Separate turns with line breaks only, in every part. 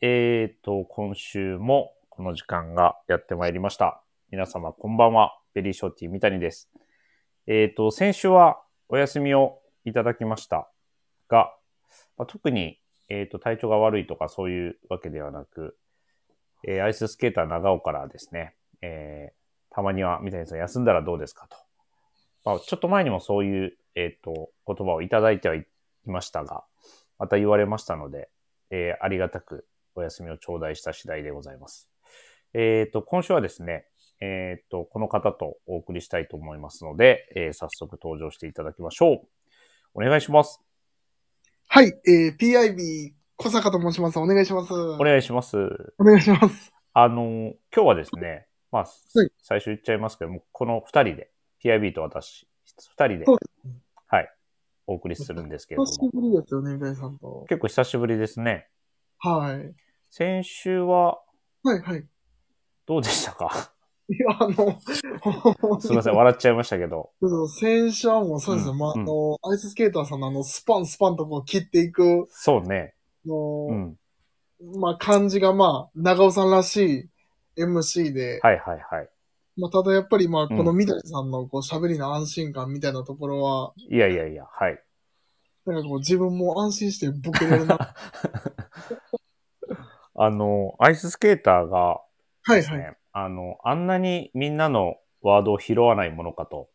えーと、今週もこの時間がやってまいりました。皆様こんばんは。ベリーショーティー三谷です。えーと、先週はお休みをいただきましたが、まあ、特に、えーと、体調が悪いとかそういうわけではなく、えーアイススケーター長尾からですね、えーたまには三谷さん休んだらどうですかと。まあ、ちょっと前にもそういう、えーと、言葉をいただいてはいましたが、また言われましたので、えーありがたくお休みを頂戴した次第でございます。えっ、と、今週はですね、えっ、と、この方とお送りしたいと思いますので、えー早速登場していただきましょう。お願いします。
はい、えー、PIB 小坂と申します。お願いします。お
お願いします。
願いします。
あのー、今日はですね、まあ、
はい
最初言っちゃいますけども、この二人で、PIB と私、二人で
そう、
はい、お送りするんですけれど
久し
も、
ぶりですよね、みたいさんと。
結構久しぶりですね。
はい。
先週は
はい、はい。
どうでした か
いや、あの、
すいま せん、
ん。
笑っちゃいましたけど。
先週はもうそうですね、
うん
まあ、あ
うん
の、アイススケーターさんのあの、スパンスパンとこう切っていく
そうね。う
の、
ん。
まあ、感じがまあ、長尾さんらしい MC で、
はいはいはい。
まあ、ただやっぱりまあ、この
う
みたいさんのこう喋りの安心感みたいなところは、
いやいやいや、はい。
なんかこう自分も安心してボケれるな。
あの、アイススケーターが
は
で
い、
す
は
ね、
い。
あの、あんなにみんなのワードを拾わないものか と、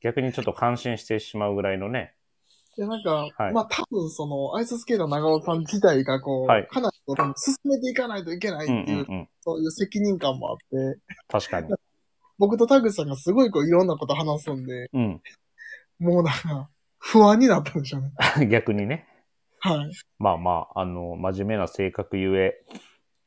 逆にちょっと感心してしまうぐらいのね、
いや、なんか、
はい
まあ多分その、アイススケーター長尾さん自体がこう、
はい
かなりこう多分進めていかないといけないっ
う
て
ん
いう、
うんうん、
そういう責任感もあって、
確かに。
僕と田口さんがすごいこういろんなこと話すんで、
うん、
もうなんか、不安になったんでしょうね。
逆にね、
はい。
まあまあ、あの、真面目な性格ゆえ、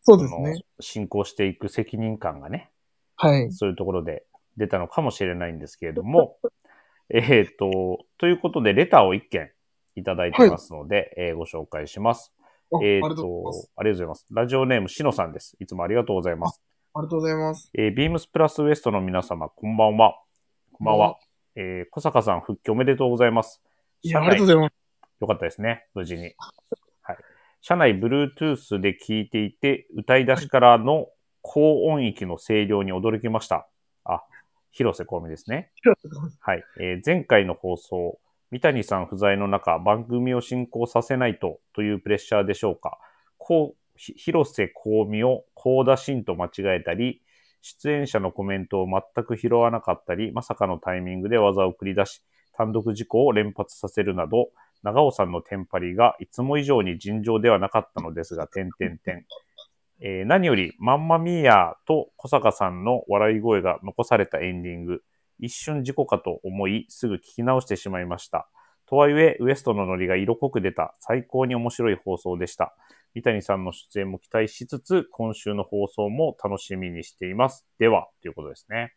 そうです
あの
ね。
進行していく責任感がね、
はい。
そういうところで出たのかもしれないんですけれども、 えっと、ということで、レターを1件いただいてますので、えーご紹介します。
あ
え
あり
ー
が
っ
とうござ
と
います。、
ありがとうございます。ラジオネーム、しのさんです。いつもありがとうございます。
ありがとうございます。
えービームスプラスウエストの皆様、こんばんは。こんばんは
こ。
えー小坂さん、復帰おめでとうございます。
いや、ありがとうございます。
よかったですね、無事に。はい。車内 Bluetooth で聞いていて、歌い出しからの高音域の声量に驚きました。あ、広瀬香美ですね。はい。えー前回の放送、三谷さん不在の中、番組を進行させないとというプレッシャーでしょうか。こうひ広瀬香美を高田真と間違えたり、出演者のコメントを全く拾わなかったり、まさかのタイミングで技を繰り出し、単独事故を連発させるなど、長尾さんのテンパリがいつも以上に尋常ではなかったのですが、点点点。えー何より、マンマミーヤーと小坂さんの笑い声が残されたエンディング。一瞬事故かと思い、すぐ聞き直してしまいました。とはいえ、ウエストのノリが色濃く出た、最高に面白い放送でした。三谷さんの出演も期待しつつ、今週の放送も楽しみにしています。では、ということですね。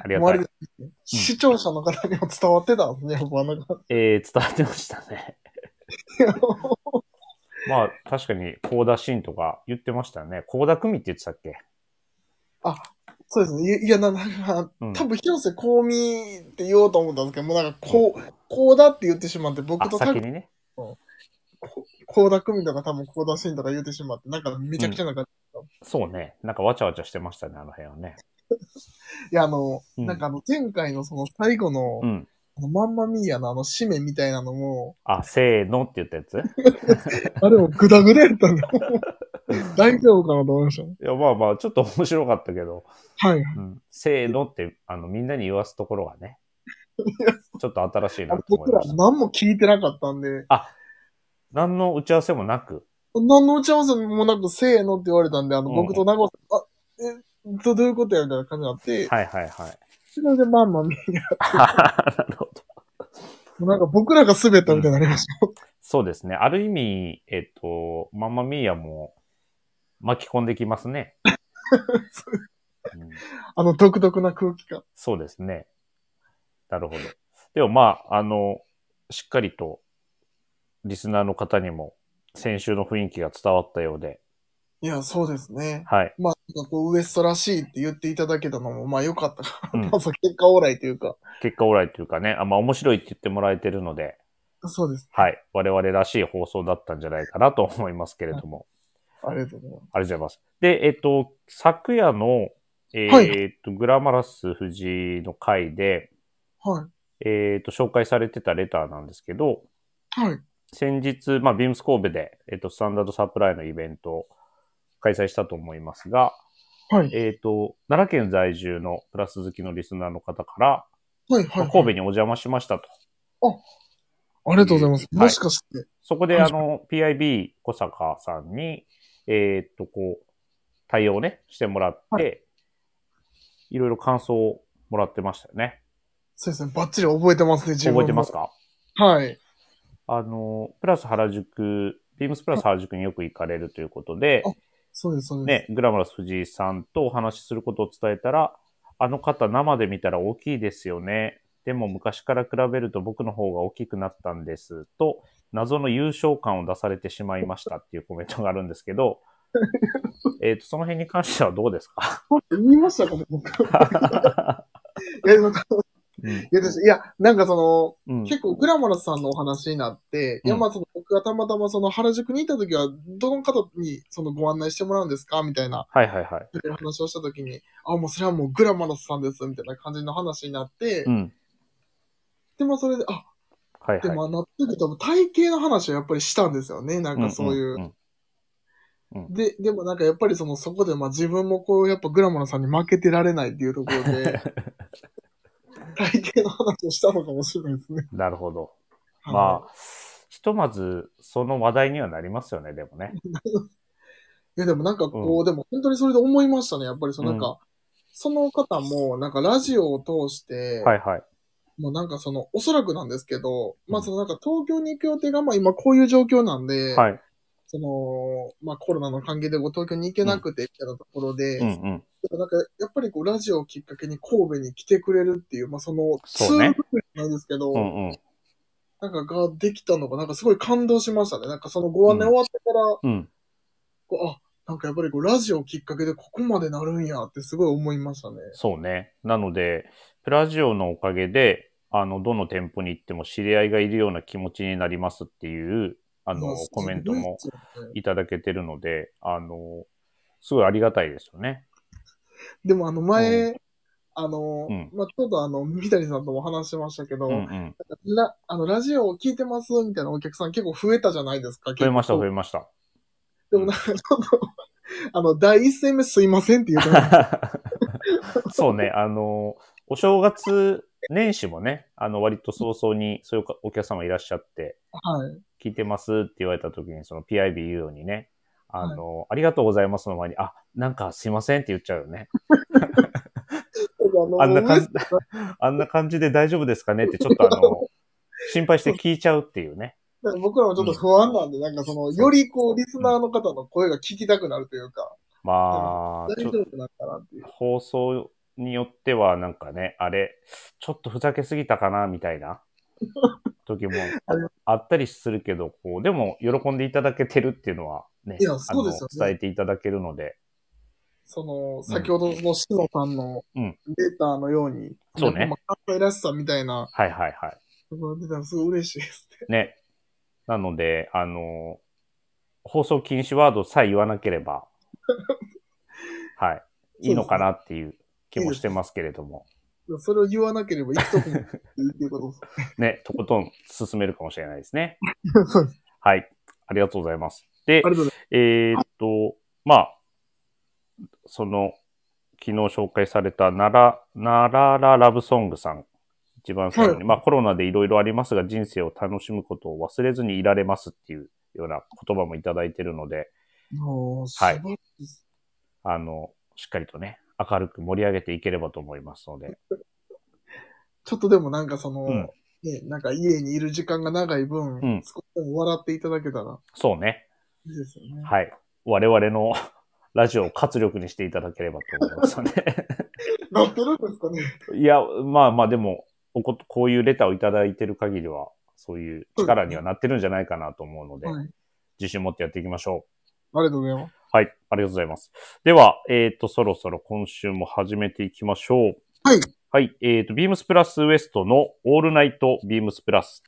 ありが
もう
た
あれ
い
で。すね視聴者の方にも伝わってたんですね、僕はなんか。
えー、伝わってましたね。 まあ、確かに、高田真とか言ってましたよね。高田組って言ってたっけ
そうですね。いいや、ななんか、
うん
多分広瀬香美って言おうと思ったんですけど、もうなんか、こう、こうだって言ってしまって、僕
あ、
と
先にね。
高田久美とか多分高田真とか言ってしまって、なんかめちゃくちゃなんか、
そうね。なんかわちゃわちゃしてましたね、あの辺はね。
いやあの、
うん
なんかあの前回のその最後の、
うん。
あのマンマミーヤのあの締めみたいなのも、
あ、せーのって言ったやつい
あれもグダグダやったんだ。 大丈夫かなと思いましたね。
や、まあまあ、ちょっと面白かったけど、
はい。
うん、せーのって、あの、みんなに言わすところが ね、ちょっと新しいな
あ
と思い
僕ら
ました。
何も聞いてなかったんで、
何の打ち合わせもなく、
何の打ち合わせもなくせーのって言われたんで、あの
うん
僕と長尾さん、あ、え、どどういうことやみたいな感じになって、
はいはいはい。
それでマンマミー
なるほど。
ヤ、なんか僕らが滑ったみたいになりました。
そうですね。ある意味、えっと、マンマミーヤも巻き込んできます ね。うん
あの独特な空気感。
そうですね。なるほど。でもまあ、あの、しっかりと、リスナーの方にも、先週の雰囲気が伝わったようで、
いや、そうですね。
はい。
まあ、なんかこう、ウエストらしいって言っていただけたのも、まあ良かったか
う
な。
ん
まあそう結果オーライというか。
結果オーライというかね、あまあ面白いって言ってもらえてるので、
そうです。
はい。我々らしい放送だったんじゃないかなと思いますけれども。
ありがとうござい
ありがと
ます。
うございます。で、えっと、昨夜の、えー
はい
えっと、グラマラス富士の回で、
は
えっと、紹介されてたレターなんですけど、
い。はい。
先日、まあ、ビームス神戸で、えっと、スタンダードサプライのイベントを開催したと思いますが、
はい。
えっと、奈良県在住のプラス好きのリスナーの方から、
はい。
ま
は
あ
い。
神戸にお邪魔しましたと。
ありがとうございます。
はい
もしかして、
そこで、
は
あ
い
の、PIB 小坂さんに、えーっと、こう、対応をね、してもらって、、
はい
ろいろ感想をもらってましたよね。
そうですね。バッチリ覚えてますね、自分
覚
も
えてますか
はい。
あの、プラス原宿、ビームスプラス原宿によく行かれるということで、
そうです、そうです。
ね、グラマラス藤井さんとお話しすることを伝えたら、あの方生で見たら大きいですよね。でも昔から比べると僕の方が大きくなったんですと、謎の優勝感を出されてしまいましたっていうコメントがあるんですけど、 えっと、その辺に関してはどうですか、
言いましたかね、僕。い や、なんか
うん
いや、私いや、なんかそ
うん
の、結構グラマラスさんのお話になって、
うん
いや、まあその、僕がたまたまその原宿にいた時は、どの方にそのご案内してもらうんですかみたいな
はいはいはい。
話をした時に、あ、もうそれはもうグラマラスさんです、みたいな感じの話になって、
うん。
で、まあそれで、あ、
はい
で
は
も、あの時多分体型の話をやっぱりしたんですよね。なん
い。
かそういう。
んんん
で、でもなんかやっぱりそのそこでまあ自分もこうやっぱグラマラさんに負けてられないっていうところ で、体型の話をしたのかもしれないですね。
なるほど。 まあ、ひとまずその話題にはなりますよね、でもね。
いやでもなんかこう、でも本当にそれで思いましたね。やっぱりそのなんか、その方もなんかラジオを通して、
はいはい。
もうなんかそのおそらくなんですけど、ま
う
あ
ん
そのなんか東京に行く予定がまあ今こういう状況なんで、
はい。
その、まあコロナの関係でご東京に行けなくてみたいなところで、
うんうん。
なんか、やっぱりこう、ラジオをきっかけに神戸に来てくれるっていう、まあ、その、ツ
そう
ー
ね
ルなんですけど、
うんうん。
なんかができたのが、なんかすごい感動しましたね。なんかそのご案内終わってから、
うん。
こうあ、なんかやっぱりこう、ラジオをきっかけでここまでなるんやってすごい思いましたね。
そうね。なので、プラジオのおかげで、あの、どの店舗に行っても知り合いがいるような気持ちになりますっていう、あ
あ
の、コメントも。
すごい
いただけてるので、あの、すごいありがたいですよね。
でもあの、前、あの、
うん
まあ、ちょっとあの、三谷さんとも話してましたけど、
うんうん。
ラあのラジオを聞いてますみたいなお客さん結構増えたじゃないですか。
増えました、
結構
増えました。
でもなんかちょっと、あの、第一声目すいませんって言う と、
そうね、あの、お正月年始もね、あの、割と早々にそういうお客様いらっしゃって、
はい。
聞いてますって言われた時に、その PIB 言うようにね、あの、ありがとうございますの前に、あ、なんかすいませんって言っちゃうよね。あんな感じ、あんな感じで大丈夫ですかねって、ちょっとあ の、心配して聞いちゃうっていうね。
なんか僕らもちょっと不安なんで、なんかその、よりこう、リスナーの方の声が聞きたくなるというか、
まあ、
大
ち
丈
ょ
夫なんかなっていう。
放送によってはなんかね、あれ、ちょっとふざけすぎたかな、みたい な時もあったりするけど、こう、でも喜んでいただけてるっていうのはね、
いやそうですよね
あの伝えていただけるので、
その、先ほどのしのさんの
うん
データのように、
そうね
やっぱまあ関西らしさみたいな、
はいはいはい。
その出たらすごい嬉しいですね。
ね。なので、あの、放送禁止ワードさえ言わなけれ ば、はい、いいのかなっていう気もしてますけれども、
それを言わなければ行くとこもっていうことです
ね、とことん進めるかもしれないですね。
そうです。
はい、ありがとうございます。で
あり、がとうございます。
えーっと、まあ、その、昨日紹介された奈良、奈良ララブソングさん。一番最後に、
はい
まあコロナでいろいろありますが、人生を楽しむことを忘れずにいられますっていうような言葉もいただいてるので、
もう、素
はい
晴らしいです。
あの、しっかりとね、明るく盛り上げていければと思いますので。
ちょっとでもなんかその、
うん
ね、なんか家にいる時間が長い分、
うん
少しでも笑っていただけたら
そうね。
いいですよ ね。
はい。我々の ラジオを活力にしていただければと思いますので。
なってるんですかね
いや、まあまあでもおこ、こういうレターをいただいてる限りは、そういう力にはなってるんじゃないかなと思うので、
はい。あり
自信持ってやっていきましょ
がとうございます。
う。はい。ありがとうございます。では、えっ、と、そろそろ今週も始めていきましょう。
はい。
はい。えっ、と、ビームスプラスウエストのオールナイトビームスプラス。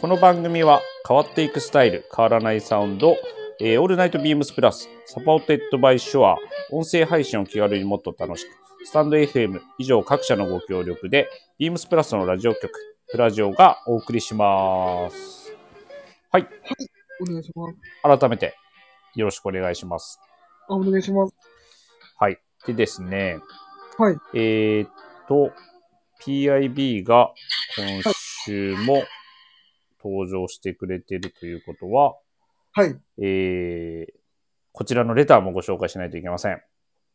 この番組は変わっていくスタイル、変わらないサウンド、えーオールナイトビームスプラス、サポーテッドバイショア、音声配信を気軽にもっと楽しく、スタンド FM 以上各社のご協力で、ビームスプラスのラジオ局、プラジオがお送りします。
お願いします。
改めて、よろしくお願いします。
あ、お願いします。
はい。でですね、
はい。
えーっと、PIB が今週も登場してくれてるということは、
はい。
えー、こちらのレターもご紹介しないといけません。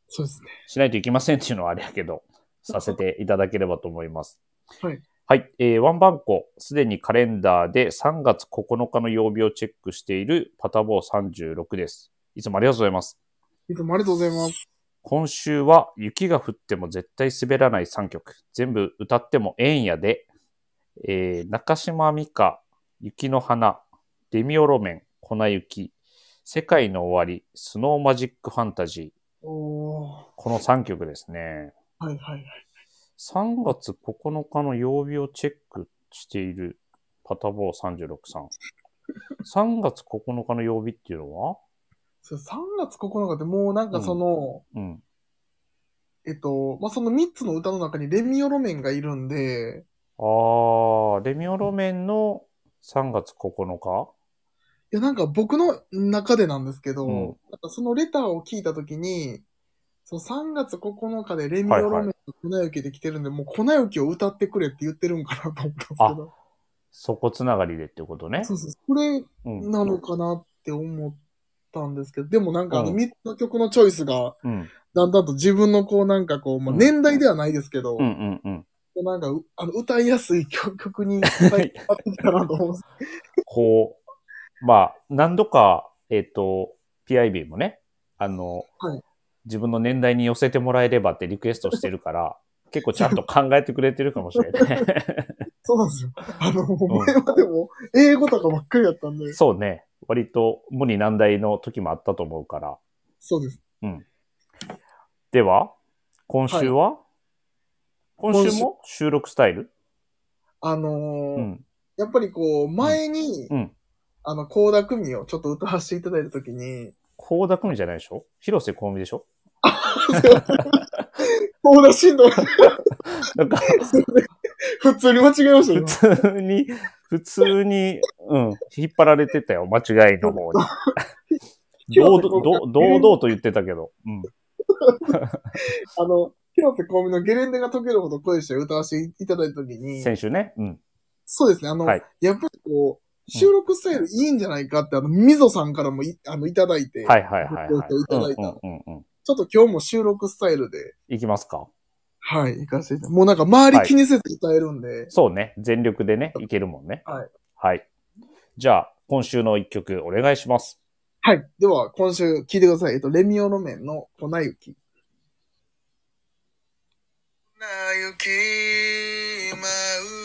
そうですね。
しないといけませんっていうのはあれやけど、させていただければと思います。
はい。
はい。えー、ワンバンコ、すでにカレンダーで3月9日の曜日をチェックしているパタボー36です。いつもありがとうございます。
いつもありがとうございます。
今週は雪が降っても絶対滑らない3曲。全部歌ってもええんやで。えー中島美嘉、雪の花、デミオロメン、粉雪、世界の終わり、スノーマジックファンタジー。
おー。
この3曲ですね。
はいはいはい。
3月9日の曜日をチェックしているパタボー36さん。3月9日の曜日っていうのは
そう3月9日ってもうなんかその、
うん。
えっと、まあ、その3つの歌の中にレミオロメンがいるんで、
あー、レミオロメンの3月9日
いやなんか僕の中でなんですけど、
うん
なんかそのレターを聞いたときに、その3月9日でレミオロメンと粉雪で来てるんで、もう粉雪を歌ってくれって言ってるんかなと思ったんですけど、
そこつながりでってことね。
そうそう、それ
うん。
なのかなって思ったんですけど、でもなんかあ
う
の
ん
3つの曲のチョイスが、
うん。
だんだんと自分のこうなんかこう、まあ、
うん
年代ではないですけど、
うんうんうん。
なんかうあの歌いやすい曲曲に変えたかなと思う んです
こう、まあ、何度か、えっ、と、PIB もね、あの、
はい
自分の年代に寄せてもらえればってリクエストしてる から、結構ちゃんと考えてくれてるかもしれない。
そうなんですよ。あの、前はでも、英語とかばっかりだったんで、
そうね。割と無理難題の時もあったと思うから。
そうです。
では、今週は、今週も収録スタイル
あのー
うん。
やっぱりこう、前に、
うん。
あの、高田組をちょっと歌わせていただいたと きに、
高田組じゃないでしょ広瀬香美でしょ
高田振動、
なんか、
普通に間違えました
普
よ。
通に、普通に、うん、引っ張られてたよ、間違いの 方に。堂々堂々と言ってたけど。うん。
あの、広瀬香美のゲレンデが溶けるほど恋して歌わせていただいたときに、
先週ね。うん。
そうですね、あの、
はい
やっぱりこう、収録スタイルいいんじゃないかって、あの、みぞさんからもい、あの、いただいて、
はいはいはい、
ご
はい。
協力いただいた
うんうんうんうん。
ちょっと今日も収録スタイルで、
いきますか。
はい、行かせて、もうなんか周り気にせず歌えるんで、
そうね。全力でね、いけるもんね。
はい。
はい。じゃあ、今週の一曲お願いします。
はい。では、今週聞いてください。えっと、レミオロメンの粉雪。
粉雪舞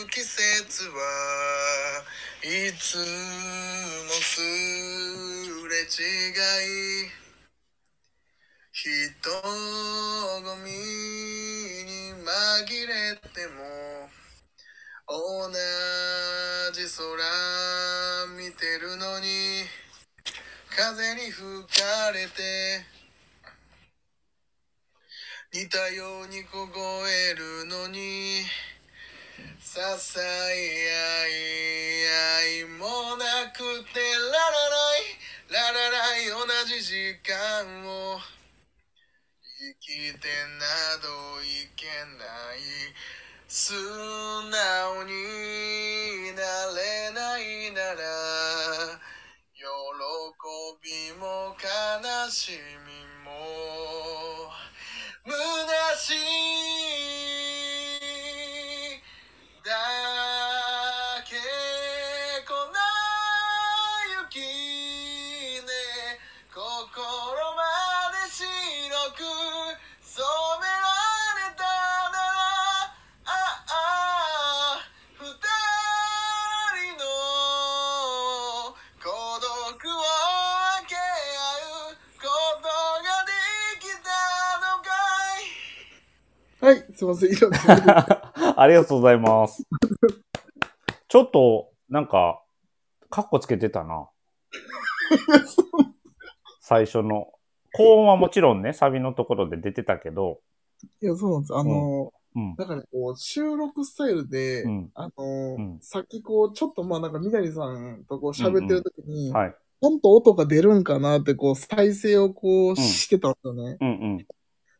う季節はいつもすれ違い人混みに紛れても同じ空見てるのに風に吹かれて似たように凍えるのにささやい合いもなくてララライララライ同じ時間を生きてなどいけない素直になれないなら喜びも悲しみも虚しいだけ粉雪で心まで白く染められたならああ二人の孤独を分け合うことができたのか
は
い
い。すいません。以上 です。
ありがとうございます。ちょっと、なんか、カッコつけてたな。最初の。高音はもちろんね、サビのところで出てたけど、
いや、そうなんです。あの、
うん。
だからこう、収録スタイルで、
うん。
あの、
ん
さっきこう、ちょっとまあなんか、みなりさんとこう喋ってるときに、
はい。
ちゃんと音が出るんかなって、こう、再生をこう、してたんですよね。
うんうん。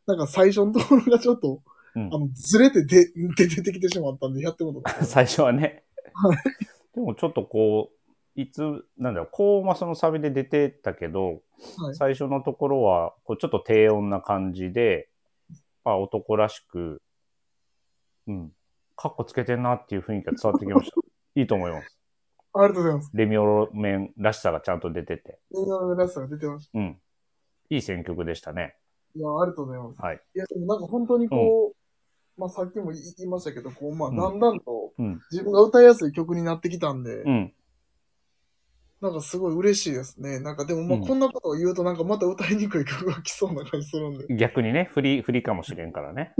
なんか最初のところがちょっと、
うん
あの、ずれてで で出てきてしまったんで、やってことな い
最初はね。でもちょっとこう、いつ、なんだろう、高音はそのサビで出てたけど、
はい
最初のところは、こうちょっと低音な感じで、まあ男らしく、うん、カッコつけてんなっていう雰囲気が伝わってきま した。いいと思います。
ありがとうございます。
レミオロメンらしさがちゃんと出てて。
みんなのラストが出てまし
うん。いい選曲でしたね。
た。いや、ありがとうございます。
はい。
いや、でもなんか本当にこう、まあさっきも言いましたけど、こう、まあ
うん
だんだんと
うん、
自分が歌いやすい曲になってきたんで、
うん。
なんかすごい嬉しいですね。なんかでもまあ
うん
こんなことを言うとなんかまた歌いにくい曲が来そうな感じするんで。
逆にね、振り、振りかもしれんからね。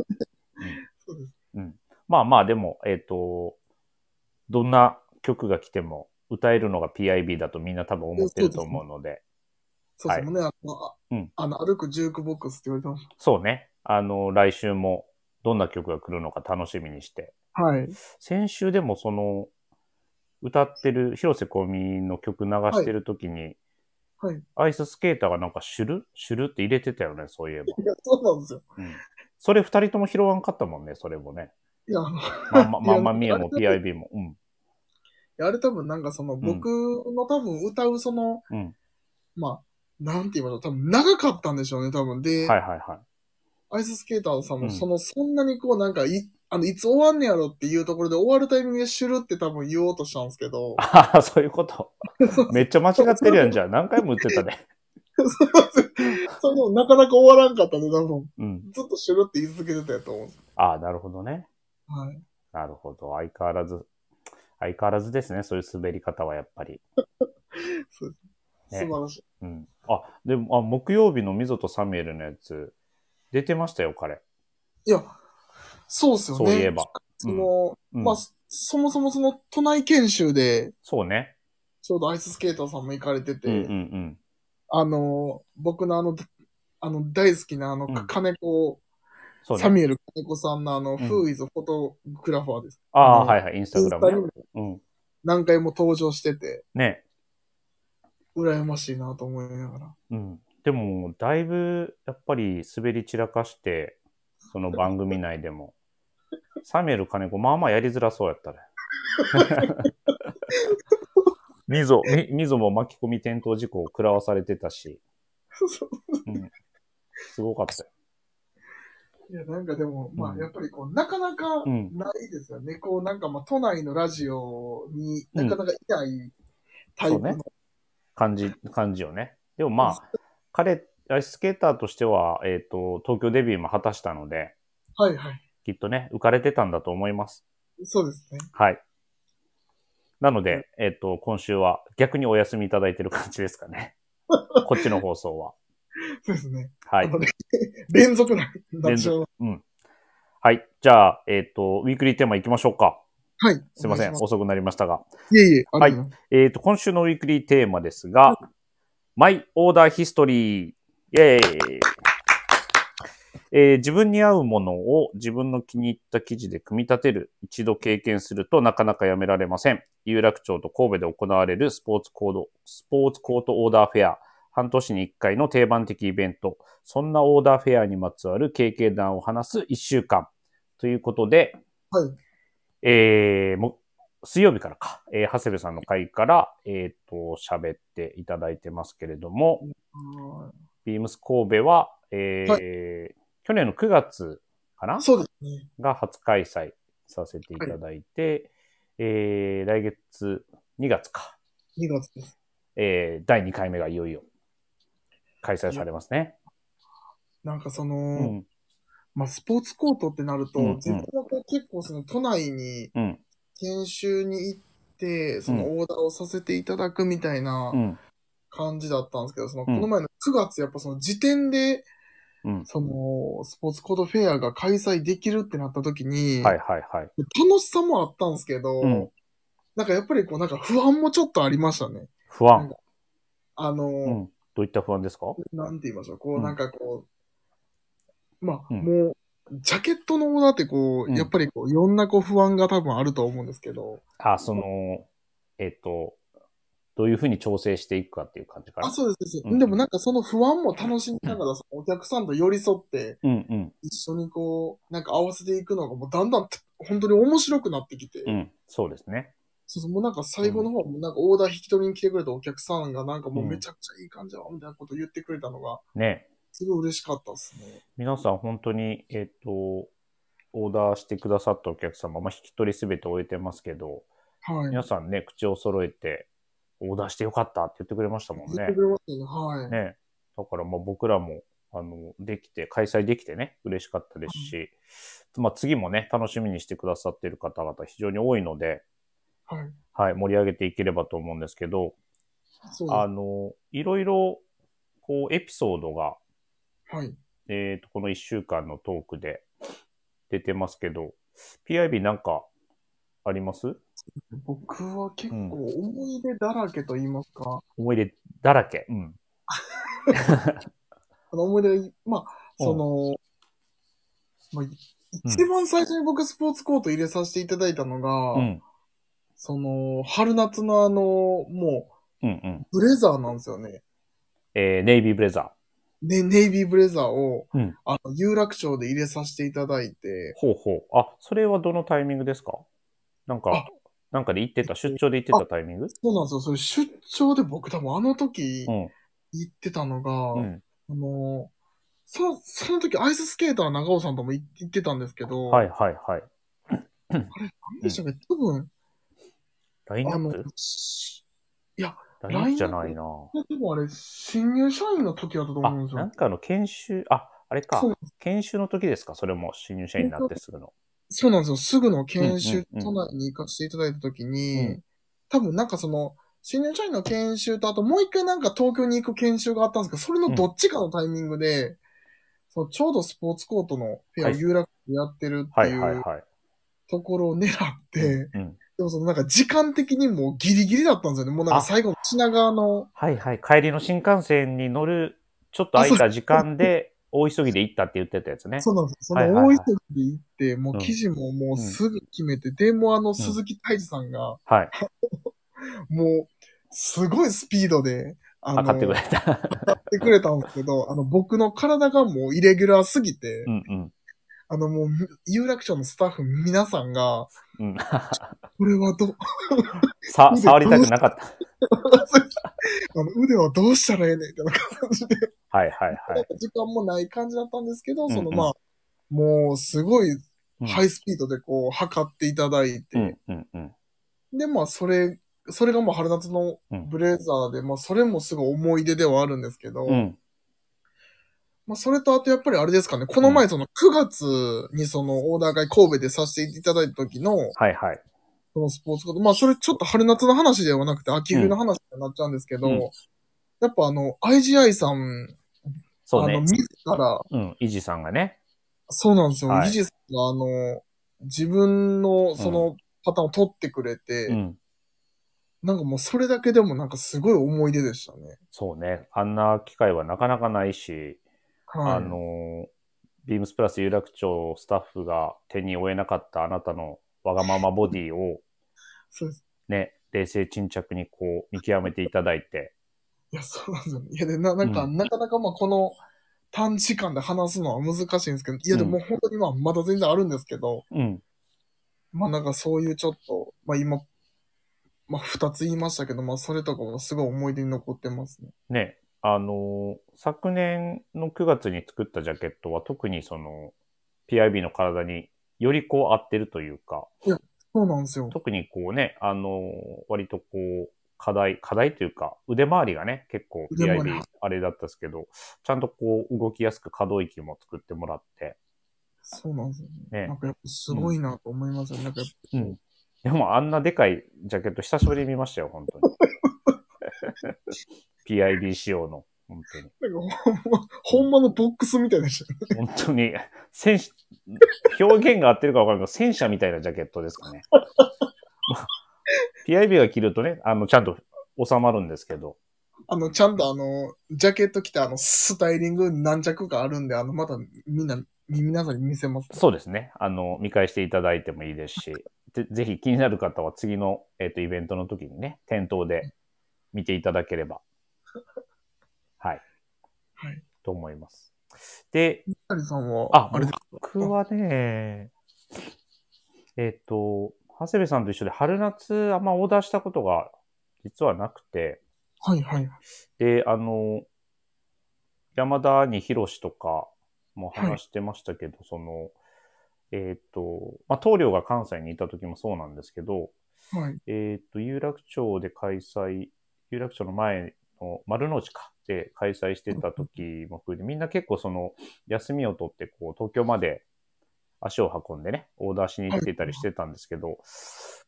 そうです。
まあまあ、でも、えっ、と、どんな曲が来ても歌えるのが PIB だとみんな多分思ってると思うので、
そうですもんね。あの、あ
うん
あの歩くジュークボックスって言われてまし
そうね。あの、来週もどんな曲が来るのか楽しみにして。
た。はい。
先週でもその、歌ってる、広瀬香美の曲流してる時に、
はい
アイススケーターがなんかシュルシュルって入れてたよね、そういえば。
いや、そうなんですよ。
それ二人とも拾わんかったもんね、それもね。
いや、あの、
まあまあ、まあまあ、
い
ミ
や
ヤも PIB も。うん。
いやあれ多分なんかその僕の多分歌うその、
うん
まあ、なんて言いましょう。多分長かったんでしょうね、多分。で、
はいはいはい。
アイススケーターさん
う
も
ん、
その、そんなにこうなんかい、あの、いつ終わんねやろっていうところで終わるタイミングでシュルって多分言おうとしたんですけど
ああ、 そういうこと。めっちゃ間違ってるやんじゃあ。何回も言ってたね。
それでもなかなか終わらんかったんで、多分、
うん。
ずっとシュルって言い続けてたやと思うんです。
ああ、なるほどね。
はい。
なるほど。相変わらず、相変わらずですね。そういう滑り方はやっぱり。
そうです。
ね
素晴らしい。
うん。あ、でも、あ、木曜日のミゾとサミュエルのやつ、出てましたよ、彼。
いや、そうっすよね。
そういえば。
その、
うん
まあ、そもそもその都内研修で、
そうね。
ちょうどアイススケーターさんも行かれてて、
うんうんうん。
あの、僕のあの、あの、大好きなあの、
うん
金子、
そう
サ
ね。
ミュエル金子さんのあの、
ん
Who is Photographer です。
ああ、
ね
はいはい。インスタ
イ
グ
ン
ラ
ス
ム
タに
ね
も。
うん。
何回も登場してて、
ね。
羨ましいなと思いながら。
うん。でも、だいぶ、やっぱり滑り散らかして、その番組内でも。サミュエル金子、まあまあやりづらそうや ったね。みぞ、み、みぞも巻き込み転倒事故を食らわされてたし、すごかったよ。
いや、なんかでも、
う
まあ、
ん
やっぱりこう、なかなか
うん。
ないですよね。こう、なんかまあ、都内のラジオになかなかいないタイプ
そ
の、
うね感じ、感じよね。でもまあ、彼、アイススケーターとしては、えっ、と、東京デビューも果たしたので、
はいはい。
きっとね、浮かれてたんだと思います。
そうですね。
はい。なので、えっ、と、今週は逆にお休みいただいてる感じですか ね。こっちの放送は。
そうですね。
はい
あ。のね連続な、なっちゃう。
はい。じゃあ、えっ、と、ウィークリーテーマ行きましょうか。
はい。
すいません。
お願いし
遅くなりましたが。
すいえいえ、
はい
ありがとうございます。
えっ、と、今週のウィークリーテーマですが、マイオーダーヒストリー。イェーイ、えー自分に合うものを自分の気に入った記事で組み立てる。一度経験するとなかなかやめられません。有楽町と神戸で行われるスポーツコード、スポーツコートオーダーフェア。半年に1回の定番的イベント。そんなオーダーフェアにまつわる経験談を話す1週間。ということで、
はい。
えー、も水曜日からか、えー長谷部さんの会から、えっ、と、喋っていただいてますけれども、
は
ビームス神戸は、えー
は
去年の9月かない
そうですね。
が初開催させていただいて、えー、来月2月か、
2月です。
えー、第2回目がいよいよ開催されますね。
なんかそうの、
ん、
まあ、スポーツコートってなると、
うんうん
自分はこう結構その都内に
うん、
研修に行って、そのオーダーをさせていただくみたいな
うん、
感じだったんですけど、その
う
こ
ん
の前の9月、やっぱその時点で、
うん。
そのスポーツコートフェアが開催できるってなった時に、
はいはいはい。
楽しさもあったんですけど、
うん
なんかやっぱりこう、なんか不安もちょっとありましたね。
不安。
あのー
うん。どういった不安ですか
なんて言いましょう、
う
こ
ん
う、なんかこう、まあ、
うん
もう、ジャケットのオーダーってこう、
うん
やっぱりこう、いろんなこう不安が多分あると思うんですけど、
あ、その、えっと、どういうふうに調整していくかっていう感じかな。
あ、そうです、そうです
うん
でもなんかその不安も楽しみながら、そのお客さんと寄り添って、
うんうん。
一緒にこう、なんか合わせていくのがもうだんだん、本当に面白くなってきて、
うん。そうですね。
そうそう、もうなんか最後の方もなんかオーダー引き取りに来てくれたお客さんがなんかもうめちゃくちゃいい感じだわ、みたいなこと言ってくれたのが、
ね。
すごい嬉しかったですね。
皆さん本当に、えっと、オーダーしてくださったお客様、まあ、引き取りすべて終えてますけど、
はい。
皆さんね、口を揃えて、オーダーしてよかったって言ってくれましたもん
言っ
ね
て。くれましたね、はい。
ね。だからまあ僕らも、あの、できて、開催できてね、嬉しかったですし、まあ次もね、楽しみにしてくださっている方々非常に多いので、
はい。
はい、盛り上げていければと思うんですけど、
そう
あの、いろいろ、こう、エピソードが、
です。はい。
えーと、この1週間のトークで出てますけど、PIB なんかあります
僕は結構思い出だらけと言いますか、
思い出だらけ。うん。
あの思い出がい、まあ、その、まあ、い一番最初に僕スポーツコート入れさせていただいたのが、
うん。
その、春夏のあの、も
うんうん。
う、ブレザーなんですよね。
えーネイビーブレザ
ね、ネイビーブレザーを、
うん
あの、有楽町で入れさせていただいて
ー。、ほうほう。あ、それはどのタイミングですかなんか
あ、
なんかで行ってた、出張で行ってたタイミング
そうなんですよ。それ出張で僕多分あの時
うん。
行ってたのが、
うん。
あの、その、その時アイススケーター長尾さんとも行行ってたんですけど、
はいはいはい。
何でしたっけ多分、
ラインナ
あ
ッ
の
プ、
しいや、
ラインナップじゃないな
でもあれ、新入社員の時だったと
あ、
思うんです
なん
よ。
かあの研修、あ、あれか
そう。
研修の時ですかそれも新入社員になってすぐの。
そうなんですよ。すぐの研修、
うんうんうん
都内に行かせていただいた時に、
うん
多分なんかその、新入社員の研修と、あともう一回なんか東京に行く研修があったんですけど、それのどっちかのタイミングで、そのちょうどスポーツコートのフェ
は
ア
い
有楽でやってるって
はい
い
はいうはい。
ところを狙って、
うん。
でもそのなんか時間的にもうギリギリだったんですよね。もうなん
あ
か最後の品川の、
はいはい。帰りの新幹線に乗る、ちょっと空いた時間で、大急ぎで行ったって言ってたやつね。
そうなんです。そ
はいはい
の
は
大
い
急ぎで行って、もう記事ももうすぐ決めて、で、もうあの鈴木泰治さんが、
はい。
もう、すごいスピードで、あ
あ、買ってくれ
買
た。
ってくれたんですけど、あの、僕の体がもうイレギュラーすぎて、
うんうん。
あの、もう、有楽町のスタッフ皆さんが、
うん、
これはど、
さ、触りたくなかった。
あの腕はどうしたらええねん、みたいな感じで、
はいはいはい。
時間もない感じだったんですけど、そ
うん
の、
うん
まあ、もう、すごい、
うん
ハイスピードでこう、測っていただいて、
うんうんうん。
で、まあ、それ、それがまあ、春夏のブレザーで、まあ、それもすごい思い出ではあるんですけど、
うん。
まあ、それとあとやっぱりあれですかね、この前その9月にそのオーダー会神戸でさせていただいた時の、
はいはい。
そのスポーツコート、まあ、それちょっと春夏の話ではなくて秋冬の話になっちゃうんですけど、
うん
やっぱあの、IGI さん、
そう
あの、
ね。
自ら、
うん。イジさんがね。
そうなんですよ、
はい
技術があの、自分のそのパターンを取ってくれて、
うん。
なんかもうそれだけでもなんかすごい思い出でしたね。
そうね。あんな機会はなかなかないし、
はい。
あの、ビームスプラス有楽町スタッフが手に負えなかったあなたのわがままボディを
そうです。
ね、冷静沈着にこう見極めていただいて、
いや、そうなんですよね。いや、で、な、 なんか、
う
なかなかまあ、この短時間で話すのは難しいんですけど、いや、でも
う
本当にまあ、まだ全然あるんですけど、
うん。
まあなんかそういうちょっと、まあ今、まあ二つ言いましたけど、まあそれとかもすごい思い出に残ってますね。
ね、あのー昨年の9月に作ったジャケットは特にその PIB の体によりこう合ってるというか、
そうなんですよ。
特にこうね、あのー割とこう、課題、課題というか、腕回りがね、結構
腕回り
PIB あれだったんですけど、ちゃんとこう動きやすく可動域も作ってもらって、
そうなんですよね。
ね
なんかやっぱすごいなと思いますよね。なんかやっ
う
ぱ
ん。でもあんなでかいジャケット久しぶりに見ましたよ、本当に。PIB 仕様の、本当に。
なんかほんま、ほんまのボックスみたいでしたね。
本当に、戦士、表現が合ってるかわからないけど、戦車みたいなジャケットですかね。 PIB が着るとね、あの、ちゃんと収まるんですけど、
あの、ちゃんとあの、ジャケット着たあの、スタイリング何着かあるんで、あの、またみんな、皆さんに見せます。
そうですね。あの、見返していただいてもいいですし、ぜぜひ気になる方は次の、えっとイベントの時にね、店頭で見ていただければ。はい。
はい
と思います。で、
ヒカリさんは、
あ、
あれで
僕はね、えっ、と、長谷部さんと一緒で春夏あんまオーダーしたことが実はなくて、
はいはい。
で、あの、山田に広とかも話してましたけど、その、えっ、と、まあ、棟梁が関西にいた時もそうなんですけど、
はい。
えっ、と、有楽町で開催、有楽町の前の丸の内か、で開催してた時も含めて、みんな結構その、休みを取って、こう、東京まで足を運んでね、オーダーしに行ってたりしてたんですけど、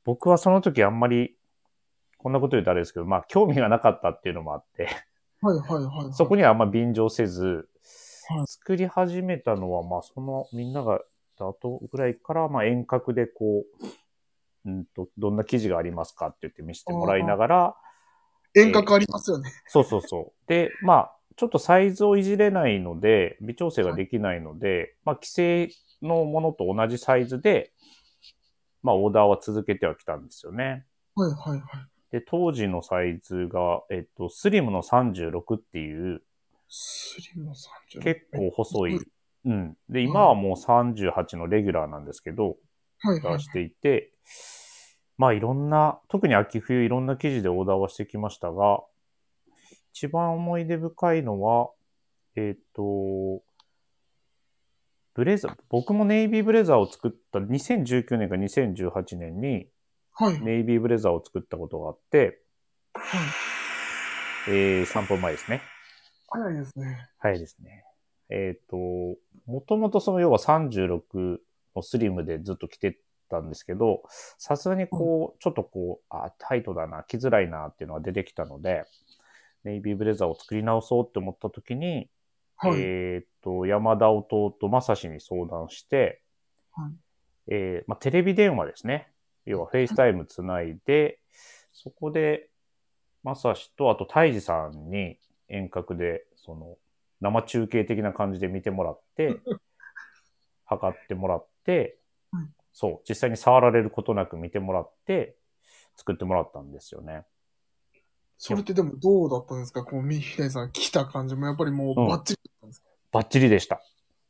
僕はその時あんまり、こんなこと言うとあれですけど、まあ、興味がなかったっていうのもあって、
はいはいはいはい。
そこにはあんま便乗せず
はい、
作り始めたのは、まあ、その、みんなが、あとぐらいから、まあ、遠隔でこう、うんと、どんな記事がありますかって言って見せてもらいながら、
遠隔ありますよね。
そうそうそう。で、まあ、ちょっとサイズをいじれないので、微調整ができないので、まあ、規制のものと同じサイズで、まあ、オーダーは続けてはきたんですよね。
はいはいはい。
で、当時のサイズが、えっと、スリムの36っていう、
スリム30。
結構細い
うん。
うん。で、今はもう38のレギュラーなんですけど、
はいはい
出していて、まあいろんな、特に秋冬いろんな記事でオーダーはしてきましたが、一番思い出深いのは、えっ、と、ブレザー、僕もネイビーブレザーを作った2019年か2018年に
はい。はい。
ネイビーブレザーを作ったことがあって、えー、3分前ですね。
早いですね。
はいですね。えっ、と、もともとその要は36のスリムでずっと着てたんですけど、さすがにこう、ちょっとこう、あ、タイトだな、着づらいなっていうのが出てきたので、ネイビーブレザーを作り直そうって思った時に、
はい。
えっ、と、山田弟正志に相談して、
はい
えーまあ、テレビ電話ですね。要はフェイスタイムつないで、そこで、正志と、あと、泰治さんに遠隔で、その、生中継的な感じで見てもら って、測ってもらって
はい、
そう、実際に触られることなく見てもらって、作ってもらったんですよね。
それってでもどうだったんですかこう、みひだりさん来た感じも、やっぱりもう
うん
バッチリだったんですか、
バッチリでした。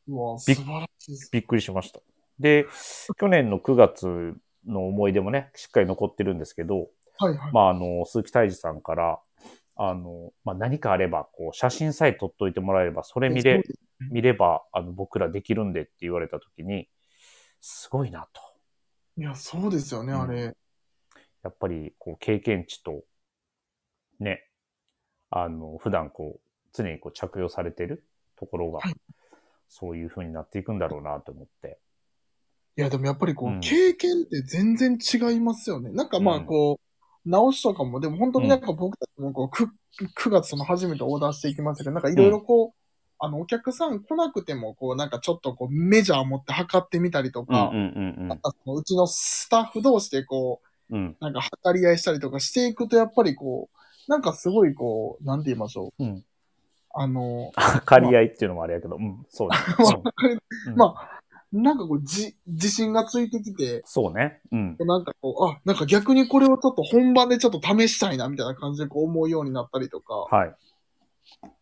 うわ
び
素
っ
晴らしいです。
びっくりしました。で、去年の9月の思い出もね、しっかり残ってるんですけど、
はいはい。
まあ、あの、鈴木泰治さんから、あの、まあ、何かあれば、こう、写真さえ撮っといてもらえれば、それ見れ、見れば、あの、僕らできるんでって言われたときに、すごいなと。
いや、そうですよね、
うん
あれ。
やっぱり、こう、経験値と、ね、あの、普段こう、常にこう、着用されてるところが、
はい
そういう風になっていくんだろうなと思って。
いや、でもやっぱりこう、
うん
経験って全然違いますよね。なんかまあ
うん
こう、直しとかも、でも本当になんか僕たちもこう、く 9, 月その初めてオーダーしていきましたけど、なんかいろいろこう、あの、お客さん来なくても、こう、なんかちょっとこう、メジャー持って測ってみたりとか、
ん
なんかそのうちのスタッフ同士でこ
うん。うん。
う、なんか測り合いしたりとかしていくと、やっぱりこう、なんかすごいこう、なんて言いましょう。
うん。
あの、
借り合いっていうのもあれやけど、うん、そう ね。うん
まなんかこう、じ、自信がついてきて、
そうね。うん。
なんかこう、あ、なんか逆にこれをちょっと本番でちょっと試したいなみたいな感じでこう思うようになったりとか、
はい。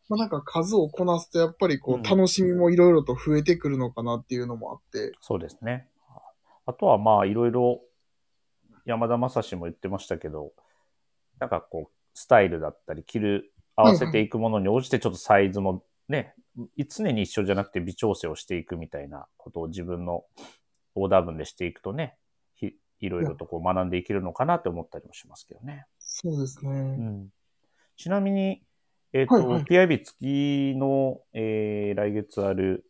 まあなんか数をこなすとやっぱりこ
うん
う楽しみもいろいろと増えてくるのかなっていうのもあって、
そうですね。あとはまあ、いろいろ、山田正史も言ってましたけど、なんかこう、スタイルだったり、着る、合わせていくものに応じて、ちょっとサイズもね、常に一緒じゃなくて微調整をしていくみたいなことを自分のオーダー分でしていくとね、ひいろいろとこう学んでいけるのかなって思ったりもしますけどね。
そうですね。
うんちなみに、えっ、と、
はいはい
PIB 付きの、えー来月ある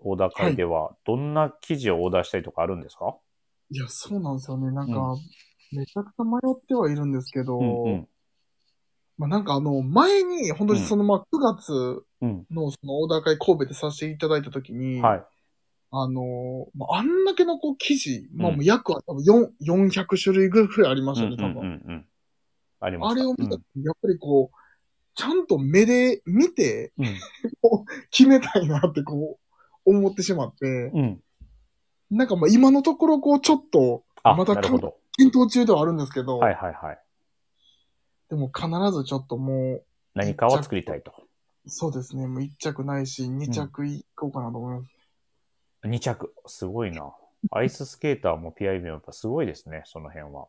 オーダー会では、どんな記事をオーダーしたりとかあるんですか、
いや、そうなんですよね。なんか、
う
めちゃくちゃ迷ってはいるんですけど、
うんうん
まあなんかあの、前に本当にそのまあ9月
うん。
のそのオーダー会神戸でさせていただいた時に、
はい。
あのーまあ、あんだけのこう記事、まあ
うん
もう約は多分4 400種類ぐらいありま
う
し
ん
た
うん
ね、多
う
分。
んうん。ありま
あ
した
れを見た
う
ときやっぱりこう、ちゃんと目で見て
んうん
決めたいなってこう、思ってしまって、
うん。
なんかまあ今のところこうちょっと、
あ、
まだ
なるほど。
検討中ではあるんですけど、
はいはいはい。
でも必ずちょっとも
何かを作りたいと。
う、そうですね、もう1着ないし、2着いこうかなと思います。
2着。すごいな。アイススケーターも PIB もやっぱすごいですね、その辺は。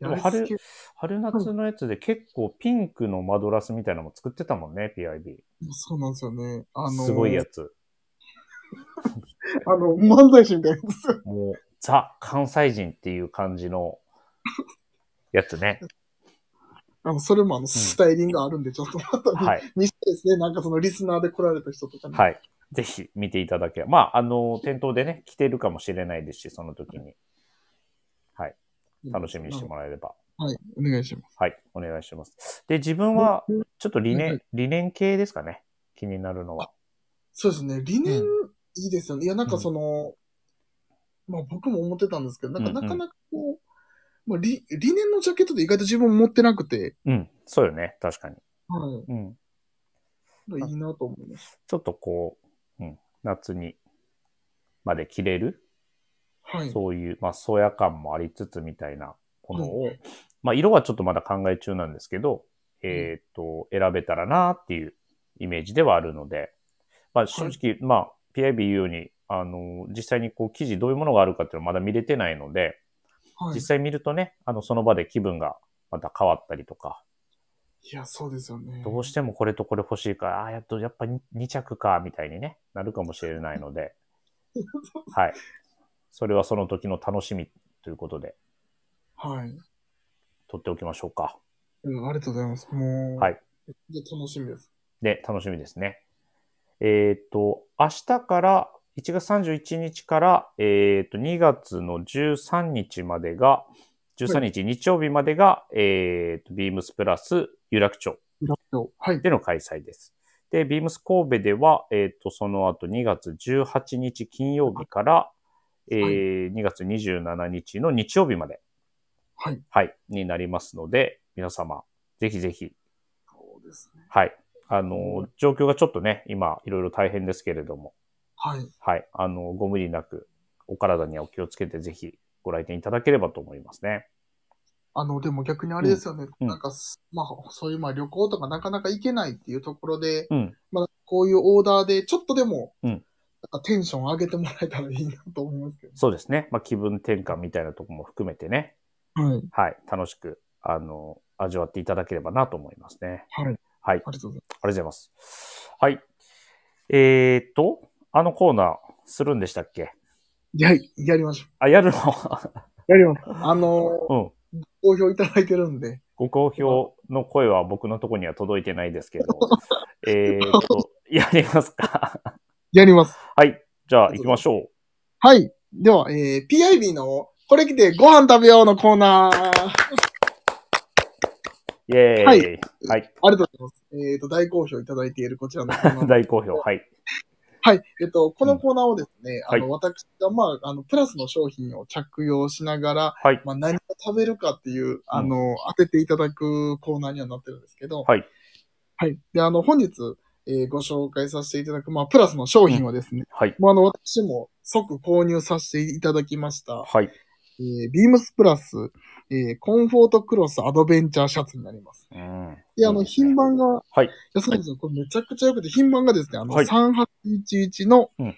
でも
やりすぎ
春夏のやつで結構ピンクのマドラスみたいなのも作ってたもんね、PIB。
そうなんですよね。あのー、
すごいやつ。
あの、漫才師みたいなやつ。
もう、ザ・関西人っていう感じのやつね。
あの、それもあの、スタイリングあるんで、ちょっとまた見
はい。
にしたいですね。なんかそのリスナーで来られた人とかね。
はい。ぜひ見ていただけ。まあ、あの、店頭でね、着てるかもしれないですし、その時に。はい。楽しみにしてもらえれば。
はい、お願いします。
はい。お願いします。で、自分は、
うん
ちょっと理
は
念
い、
理念系ですかね。気になるのは。
そうですね、理念、
う
いいですよね。いや、なんかその、まあ僕も思ってたんですけど、なんか
うんうん
なかなかこう、まあ、理理念のジャケットって意外と自分持ってなくて、
うん。そうよね。確かに。
は
うん。
い、いいなと思いました。
ちょっとこう、うん、夏にまで着れる、
はい。
そういう、まあ、そや感もありつつみたいなものを、
はい
まあ、色はちょっとまだ考え中なんですけど、えっ、と、選べたらなっていうイメージではあるので、まあ、正直、まあ、PIB 言うように、あの、実際にこう、記事どういうものがあるかっていうのはまだ見れてないので、
はい、
実
い
際見るとね、あの、その場で気分がまた変わったりとか、
や、そうですよね。
どうしてもこれとこれ欲しいから、ああ、やっと、やっぱに2着か、みたいにね、なるかもしれないので、はい。それはその時の楽しみということで、
はい。
取っておきましょうか。
うんありがとうございます。もう、
はい。
いや楽しみです。
で、楽しみですね。えっ、と、明日から、1月31日から、えっ、と、2月の13日までが、13日日曜日までが、えっ、と、ビームスプラス有楽町
ラジオはい。
での開催です。で、ビームス神戸では、えっ、と、その後2月18日金曜日から、えー2月27日の日曜日まで、
はい。
はい、になりますので、皆様、ぜひぜひ、
そうですね。
はい、あの、状況がちょっとね、今、いろいろ大変ですけれども、
はい。
はい、あの、ご無理なく、お体にはお気をつけて、ぜひ、ご来店いただければと思いますね。
あの、でも逆にあれですよね。
うん
なんかす、まあ、そういう、まあ、旅行とかなかなか行けないっていうところで、
うん。
まあ、こういうオーダーで、ちょっとでも、
うん
なんかテンション上げてもらえたらいいなと思いますけど。
そうですね。まあ、気分転換みたいなとこも含めてね、
はい。
はい、楽しく、あの、味わっていただければなと思いますね。
は
は
い。
い。
ありがとうございます。
ありがとうございます。はい。えー、っと、あのコーナーするんでしたっけ
やい、やりましょ
あ、やるの
う。やりましょう。あのー
うん。
好評いただいてるんで。
ご好評の声は僕のとこには届いてないです けど。えーっと、やりますか。
やります。
はい。じゃあ行きましょ
はい。では、えー、PIB の、これ来てご飯食べようのコーナー。
う。イェーイ。
は
はい
い。ありがとうございます。えっ、と、大好評いただいているこちらのコーナー。
大好評。はい。
はい。えっと、このコーナーをですね、
うん
あの、私が、まあ、あの、プラスの商品を着用しながら、
はい。
まあ、何を食べるかっていう、あの、当てていただくコーナーにはなってるんですけど、
はい。
はい。で、あの、本日、えーご紹介させていただく、まあ、プラスの商品はですね、
はい。
もうあの、私も即購入させていただきました、
はい。
えービームスプラス、えーコンフォートクロスアドベンチャーシャツになります。
うん。
で、あの、
ですね
品番が、
はい。
いや、そうですよ。これめちゃくちゃ良くて、品番がですね、あの、
はい
3811の、
うん
え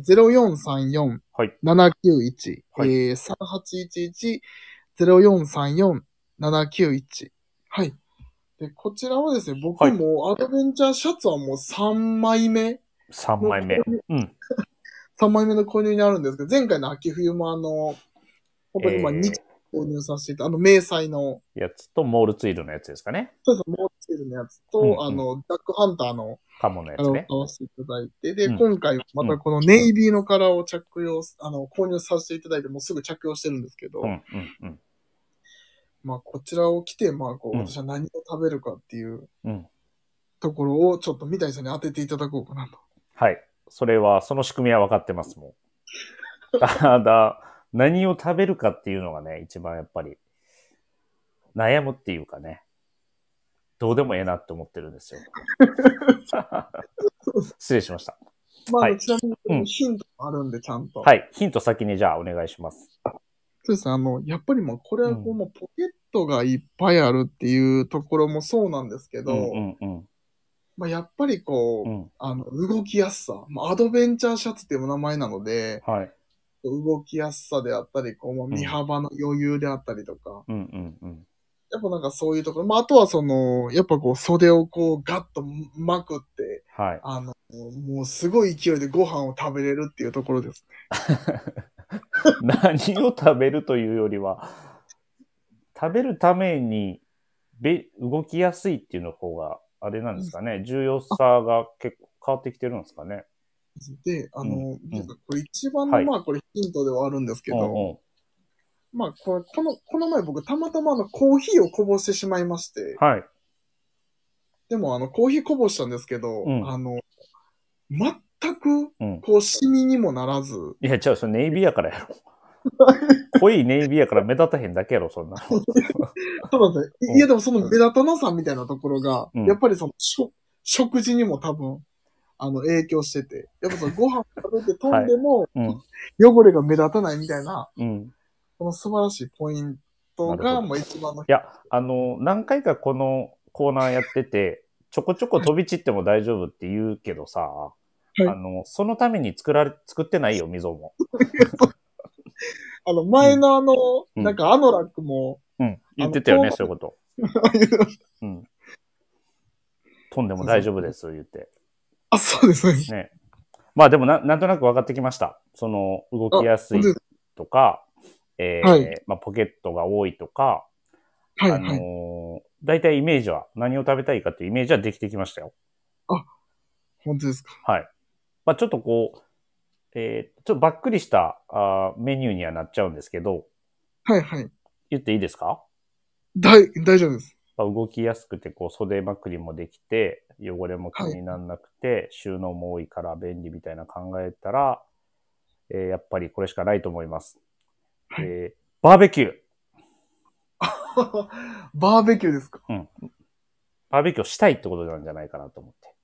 ー、0434、
はい
791、
はい
えー、3811、0434-791。はい。で、こちらはですね、僕
はい
もアドベンチャーシャツはもう3枚目、
3枚目。うん。
3枚目の購入になるんですけど、前回の秋冬もあの、本当にまあ
えー
2購入させていた、あの、迷彩の、
やつと、モールツイルのやつですかね。
そうですね、モーツェルのやつと、
うんうん
あの、ダックハンターの、
カモンのや
あ
つ
の、
ね。
買わせていただいて、で、
うん
今回またこのネイビーのカラーを着用す、あの、購入させていただいて、もうすぐ着用してるんですけど、
うん。うん。うん。
まあ、こちらを着て、まあ、こう、
うん
私は何を食べるかっていう
うん。
ところを、ちょっと三谷さんに当てていただこうかなと。
はい。それは、その仕組みは分かってますもん。ただ、何を食べるかっていうのがね、一番やっぱり、悩むっていうかね、どうでもええなって思ってるんですよ。失礼しました。
まあ、
はい
ちなみ
うん
に、ヒントもあるんで、ちゃんと。
はい。ヒント先にじゃあお願いします。
そうですね、あの、やっぱりもう、これはこ
う
うんもうポケットがいっぱいあるっていうところもそうなんですけ
う
ど、
んうんうん。
まあ、やっぱりこ
う
う、
ん。
あの、動きやすさ、まあ、アドベンチャーシャツっていう名前なので、
はい。
動きやすさであったり、こう、まあ、
ん
身幅の余裕であったりとか、
うんうんうん。
やっぱなんかそういうところ、まあ、あとはその、やっぱこう、袖をこう、ガッとまくって、
はい。
あの、もうすごい勢いでご飯を食べれるっていうところですね。
何を食べるというよりは、食べるためにべ動きやすいっていうの方が、あれなんですかね、重要さが結構変わってきてるんですかね。
で、あの、
うん
なんかこれ一番
は
の、
い
まあこれヒントではあるんですけど、
うん
まあこれこの、この前僕たまたまあのコーヒーをこぼしてしまいまして
うん、はい。
でもあのコーヒーこぼしたんですけど、
うん
あの、全く
うん
こうシミにもならず、
いや、違う、それネイビーやからやろ。 濃いネイビーやから目立たへんだけやろ、そんな。
ただね、
うん
いやでもその目立たなさみたいなところが、
うん
やっぱりその食食事にも多分、あの影響してて、やっぱそのご飯食べて飛んでも、
うん。
汚れが目立たないみたいな、
うん。
この素晴らしいポイント
なるほど
が、もう一番の
いや、あの、何回かこのコーナーやってて、ちょこちょこ飛び散っても大丈夫って言うけどさ、
い
あの、そのために作られ、作ってないよ、溝も。
あの、前のあの、
うん
なんかアノラックも、
うん。言ってたよね、
あの
そういうこと。 うん。飛んでも大丈夫です、言って。
あ、そうです、そうです。
ね。まあでもな、なんとなく分かってきました。その、動きやすいとか、えー
はい
まあ、ポケットが多いとか、
はい、
あの
はい。
ー大体イメージは、何を食べたいかというイメージはできてきましたよ。
本当ですか。
はい。まあ、ちょっとこう、えーちょっとばっくりしたあーメニューにはなっちゃうんですけど、
はい、はい。
言っていいですか、
大、大丈夫です。
まあ、動きやすくて、こう、袖まくりもできて、汚れも気にならなくて、収納も多いから便利みたいな考えたら、えーやっぱりこれしかないと思います。
はい
えーバーベキュー。
バーベキューですか。
バーベキューをしたいってことなんじゃないかなと思って。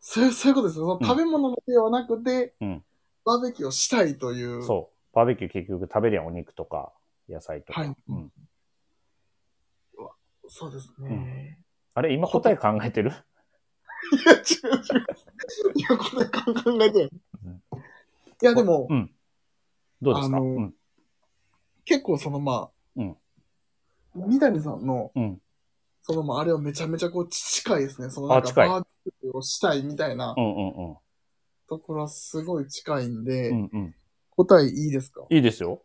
そういう、そういうことです。その
うん
食べ物ではなくて、
うん
バーベキューをしたいという。
そう。バーベキュー結局食べりゃお肉とか野菜とか。
はい
うん、
う。そうですね。
あれ、今答え考えてる
いや、違う違う。いや、これ考えてない。
うん
いや、でも、
うん。どうですか、
あの
うん。
結構そのまあ、
うん
三谷さんの、
うん
そのまあ、あれはめちゃめちゃこう近いですね。そのなんか
あ近い
バーベキューをしたいみたいな
うんうんうん。
ところはすごい近いんで、
うんうん。
答えいいですか
いいですよ。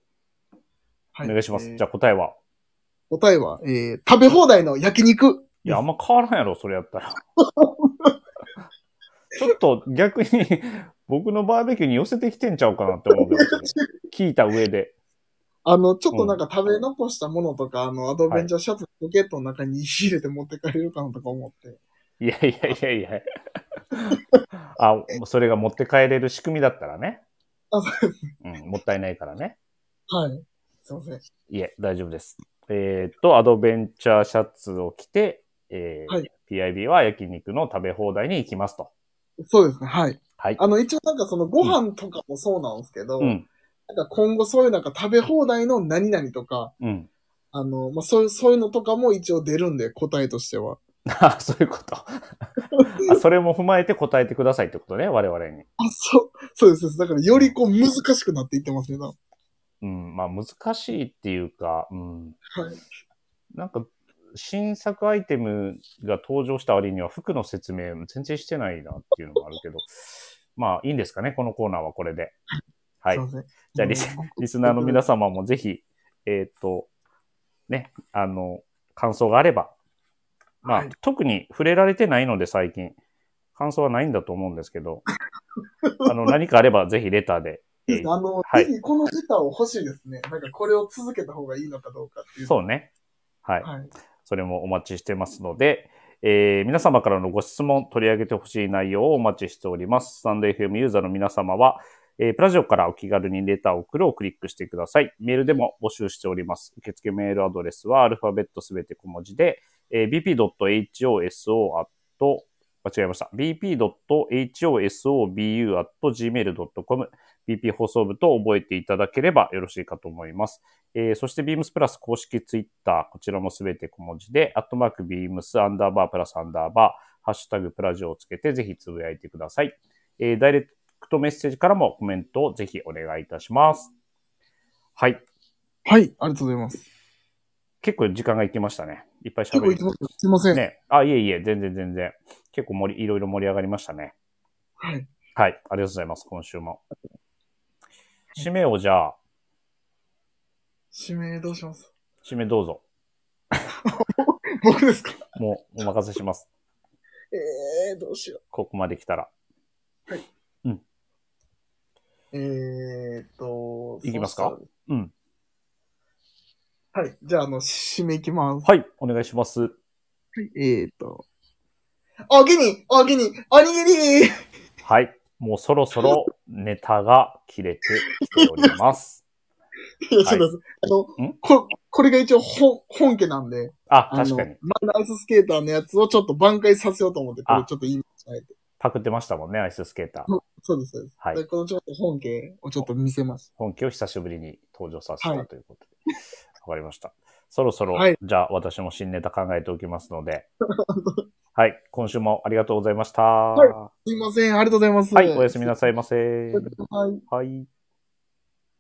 は
お願いします。
えー
じゃあ答えは。
答えは、えー、食べ放題の焼肉。
いや、あんま変わらんやろ、それやったら。 ちょっと逆に僕のバーベキューに寄せてきてんちゃうかなって思うけど、聞いた上で。
あの、ちょっとなんか食べ残したものとか、あの、アドベンチャーシャツのポケットの中に入れて持って帰れるかなとか思って。
いやいやいやいや。あ、それが持って帰れる仕組みだったらね。
あ、そうです。
うん、もったいないからね。
はい。すいません。
いえ、大丈夫です。えーっと、アドベンチャーシャツを着て、えー
はい
PIB は焼肉の食べ放題に行きますと。
そうですね。はい。
はい。
あの、一応なんかそのご飯とかもそうなんですけど、
うん、
なんか今後そういうなんか食べ放題の何々とか、
うん。
あの、まあ、そういう、そういうのとかも一応出るんで、答えとしては。
あ そういうこと。あそれも踏まえて答えてくださいってことね、我々に。
あ、そう、そうですそうです。だからよりこう難しくなっていってますね。は
うん、まあ難しいっていうか、うん。
い。
なんか、新作アイテムが登場した割には服の説明全然してないなっていうのもあるけど、まあいいんですかね、このコーナーはこれで。はい
すい。ません。
じゃあリスリスナーの皆様もぜひ、えっ、と、ね、あの、感想があれば、まあ、
はい
特に触れられてないので最近、感想はないんだと思うんですけど、あの、何かあればぜひレターで、えー
あの、
はい
ぜひこのネタを欲しいですね。なんかこれを続けた方がいいのかどうかっていう。
そうね。はい。
はい。
それもお待ちしてますので、えー皆様からのご質問、取り上げてほしい内容をお待ちしております。スタンド FM ユーザーの皆様は、えープラジオからお気軽にレターを送るをクリックしてください。メールでも募集しております。受付メールアドレスはアルファベットすべて小文字で、えー bp.hoso@ 間違えました。bp.hosobu.gmail.com bp 放送部と覚えていただければよろしいかと思います。えーそして beams プラス公式ツイッター、こちらもすべて小文字で、アットマーク beams アンダーバープラスアンダーバー、ハッシュタグプラジオをつけてぜひつぶやいてください。えーダイレクトメッセージからもコメントをぜひお願いいたします。はい。
はい、ありがとうございます。
結構時間がいきましたね。いっぱい
結
喋
構
り
いつもすいません。
ね。あ、いえいえ、全然全然。結構盛り、いろいろ盛り上がりましたね。
はい。
はい。ありがとうございます、今週も。締めをじゃあ、
指名どうします
締めどうぞ。
僕ですか
もうお任せします。
えー、どうしよ
ここまで来たら。
う。えーっと、
いきますか
そうし
うん。
たらはい、じゃあ、あの、指名いきます。
はい、お願いします。
はい、えーっと、おぎに、おぎに、おにぎり
はい。もうそろそろネタが切れてきており ます。
いや、ちょっと待って、あの
ん、
ここれが一応本、本家なんで、
あ、
あ
確
の、
か
マ
に。
ンダーアイススケーターのやつをちょっと挽回させようと思って、これ
あ
ちょっと言いましたね。
パクってましたもんね、アイススケーター。
そうです、そうです。
はい
でこのちょっと本家をちょっと見せます。
本家を久しぶりに登場させ
は
た
い
ということで。わ、かりました。そろそろ、
はい
じゃあ私も新ネタ考えておきますの で。はい、今週もありがとうございました。は
すいません、ありがとうございます。
い、おやすみなさいませ。
はい。
はい。